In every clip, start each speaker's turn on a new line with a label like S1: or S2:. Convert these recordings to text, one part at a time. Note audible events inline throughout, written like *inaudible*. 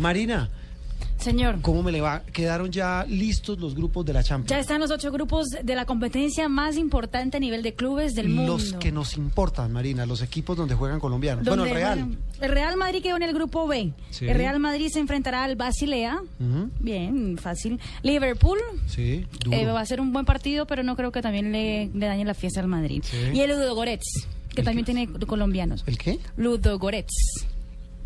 S1: Marina,
S2: Señor,
S1: ¿cómo me le va? ¿Quedaron ya listos los grupos de la Champions?
S2: ya están los ocho grupos de la competencia más importante a nivel de clubes del mundo.
S1: los que nos importan, Marina, los equipos donde juegan colombianos.
S2: Donde
S1: Bueno, el Real.
S2: juegan- el Real Madrid quedó en el grupo B.
S1: Sí.
S2: El Real Madrid se enfrentará al Basilea.
S1: Ujú.
S2: Bien, fácil. Liverpool.
S1: Sí, duro.
S2: eh, va a ser un buen partido, pero no creo que también le, le dañe la fiesta al Madrid.
S1: Sí.
S2: Y el Ludogorets, que también tiene colombianos.
S1: ¿El qué?
S2: Ludogorets.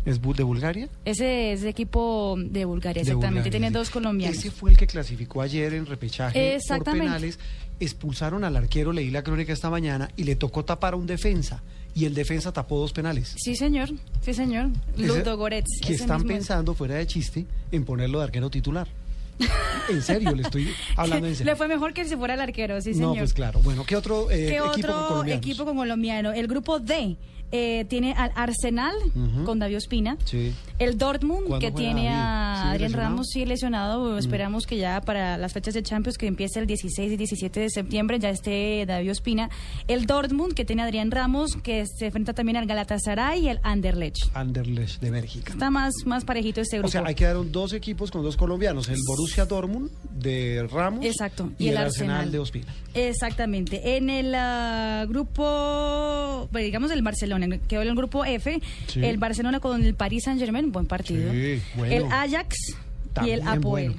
S1: ¿Es bu- de Bulgaria?
S2: Ese es de equipo de Bulgaria,
S1: De
S2: exactamente.
S1: Bulgaria,
S2: tiene
S1: sí.
S2: dos colombianos.
S1: Ese fue el que clasificó ayer en repechaje por
S2: Exactamente.
S1: penales. Expulsaron al arquero, leí la crónica esta mañana, y le tocó tapar a un defensa. Y el defensa tapó dos penales.
S2: Sí, señor. Sí, señor.
S1: Ese-
S2: Ludogorets.
S1: Que
S2: ese
S1: están
S2: mismo es.
S1: pensando, fuera de chiste, en ponerlo de arquero
S2: *laughs*
S1: titular. en serio, le estoy hablando en serio.
S2: Le fue mejor que si fuera el arquero, sí,
S1: No,
S2: señor.
S1: pues claro. Bueno, ¿qué otro, eh,
S2: ¿Qué
S1: equipo
S2: otro
S1: con colombianos?
S2: equipo con colombiano? El grupo D eh, tiene al Arsenal
S1: Ujú.
S2: con David Ospina.
S1: Sí.
S2: El Dortmund,
S1: ¿Cuándo
S2: que
S1: juega
S2: tiene
S1: David?
S2: a
S1: ¿Sigue
S2: Adrián
S1: lesionado?
S2: Ramos, sí lesionado. Esperamos que ya para las fechas de Champions, que empieza el 16 y 17 de septiembre, ya esté David Ospina. El Dortmund, que tiene a Adrián Ramos, que se enfrenta también al Galatasaray y al Anderlecht.
S1: Anderlecht de Bélgica.
S2: Está más, más parejito este
S1: O
S2: grupo.
S1: sea, ahí quedaron dos equipos con dos colombianos, el Borussia Dortmund de Ramos
S2: Exacto.
S1: y, el, Arsenal. de Ospina.
S2: Exactamente. En el ah, grupo, bueno, digamos el Barcelona, quedó en el grupo F,
S1: Sí.
S2: el Barcelona con el Paris Saint Germain, buen partido.
S1: Sí, bueno.
S2: El Ajax y el
S1: También
S2: Apoel.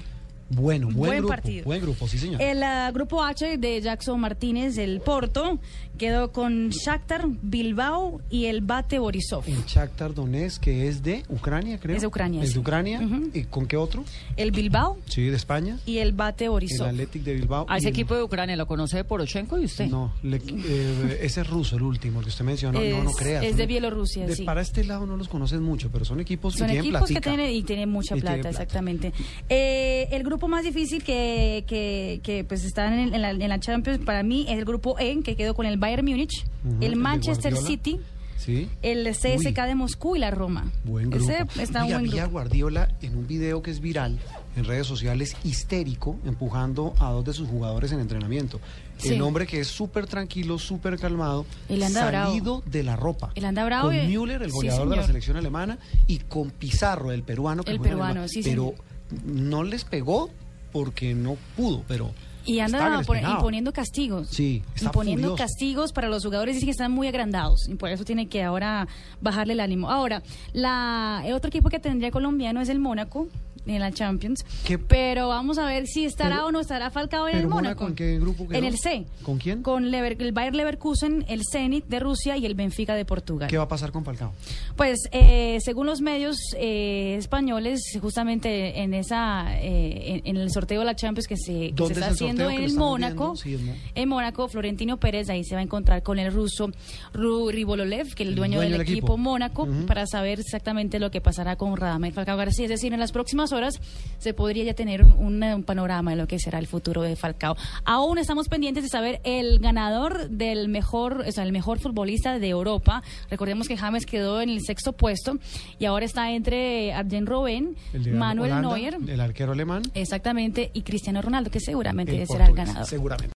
S1: Bueno, bueno buen,
S2: Buen
S1: grupo,
S2: partido.
S1: buen grupo, sí señor.
S2: El ah, grupo H de Jackson Martínez, el Porto, quedó con Shakhtar, Bilbao y el Bate Borisov.
S1: El Shakhtar Donetsk, que es de Ucrania, creo.
S2: Es de Ucrania,
S1: Es de
S2: sí.
S1: Ucrania.
S2: Ujú.
S1: ¿Y con qué otro?
S2: El Bilbao
S1: Sí, de España.
S2: y el Bate
S1: El
S2: Borisov.
S1: Athletic de Bilbao.
S3: A
S1: y
S3: ese
S1: el-
S3: equipo de Ucrania lo conoce Poroshenko y usted.
S1: Mm. No, le- eh, ese es ruso, el último, el que usted mencionó. no, no
S2: Es-
S1: creas.
S2: es
S1: ¿no?
S2: de Bielorrusia,
S1: De-
S2: sí.
S1: Para este lado no los conocen mucho, pero son equipos
S2: Son
S1: que tienen
S2: equipos que
S1: platica.
S2: tienen y tienen mucha
S1: Y
S2: plata,
S1: tienen plata.
S2: exactamente. Eh, el grupo más difícil que, que, que, pues están en, en la, en la Champions para mí es el grupo E, que quedó con el Bayern Múnich,
S1: Ujú, el de
S2: el Manchester
S1: Guardiola.
S2: City,
S1: Sí.
S2: el CSK
S1: Uy.
S2: de Moscú y la Roma.
S1: Buen grupo.
S2: Ese está
S1: Y
S2: un buen
S1: había
S2: grupo.
S1: Guardiola en un video que es viral en redes sociales, histérico, empujando a dos de sus jugadores en entrenamiento.
S2: Sí.
S1: El hombre que es súper tranquilo, súper calmado,
S2: Él anda bravo.
S1: salido de la ropa.
S2: Él anda bravo,
S1: Con
S2: eh.
S1: Müller, el
S2: Sí,
S1: goleador de la
S2: señor.
S1: selección alemana, y con Pizarro, el peruano. Que
S2: El
S1: juega en
S2: peruano,
S1: Alemania.
S2: sí,
S1: Pero
S2: señor.
S1: no les pegó porque no pudo, pero...
S2: Y
S1: estaba
S2: andan
S1: bien
S2: pon-
S1: espinado.
S2: imponiendo castigos.
S1: Sí, está
S2: imponiendo
S1: furioso.
S2: castigos para los jugadores. Dicen que están muy agrandados. Y por eso tiene que ahora bajarle el ánimo. Ahora, la, el otro equipo que tendría colombiano es el Mónaco en la Champions.
S1: ¿Qué-
S2: Pero vamos a ver si estará
S1: Pero-
S2: o no estará Falcao en
S1: pero
S2: el
S1: Mónaco,
S2: Mónaco.
S1: ¿en qué grupo quedó?
S2: En el C.
S1: ¿Con quién?
S2: Con Lever- el Bayer Leverkusen, el Zenit de Rusia y el Benfica de Portugal.
S1: ¿Qué va a pasar con Falcao?
S2: Pues eh, según los medios eh, españoles, justamente en esa eh, en, en el sorteo de la Champions que se, que
S1: ¿Dónde
S2: se está
S1: es el sorteo
S2: haciendo
S1: que
S2: en
S1: lo
S2: el
S1: estamos
S2: Mónaco,
S1: viendo? Sí, en Mo-
S2: en Mónaco, Florentino Pérez ahí se va a encontrar con el ruso Ru Ribololev, que es el dueño, del, equipo, Mónaco,
S1: Ujú.
S2: para saber exactamente lo que pasará con Radamel Falcao García. Es decir, en las próximas horas se podría ya tener un, un panorama de lo que será el futuro de Falcao. Aún estamos pendientes de saber el ganador del mejor, o sea, el mejor futbolista de Europa. Recordemos que James quedó en el sexto puesto y ahora está entre Arjen Robben,
S1: El de
S2: Manuel
S1: Holanda,
S2: Neuer,
S1: El arquero alemán.
S2: exactamente, y Cristiano Ronaldo, que seguramente
S1: el
S2: será el
S1: portugués,
S2: ganador.
S1: Seguramente.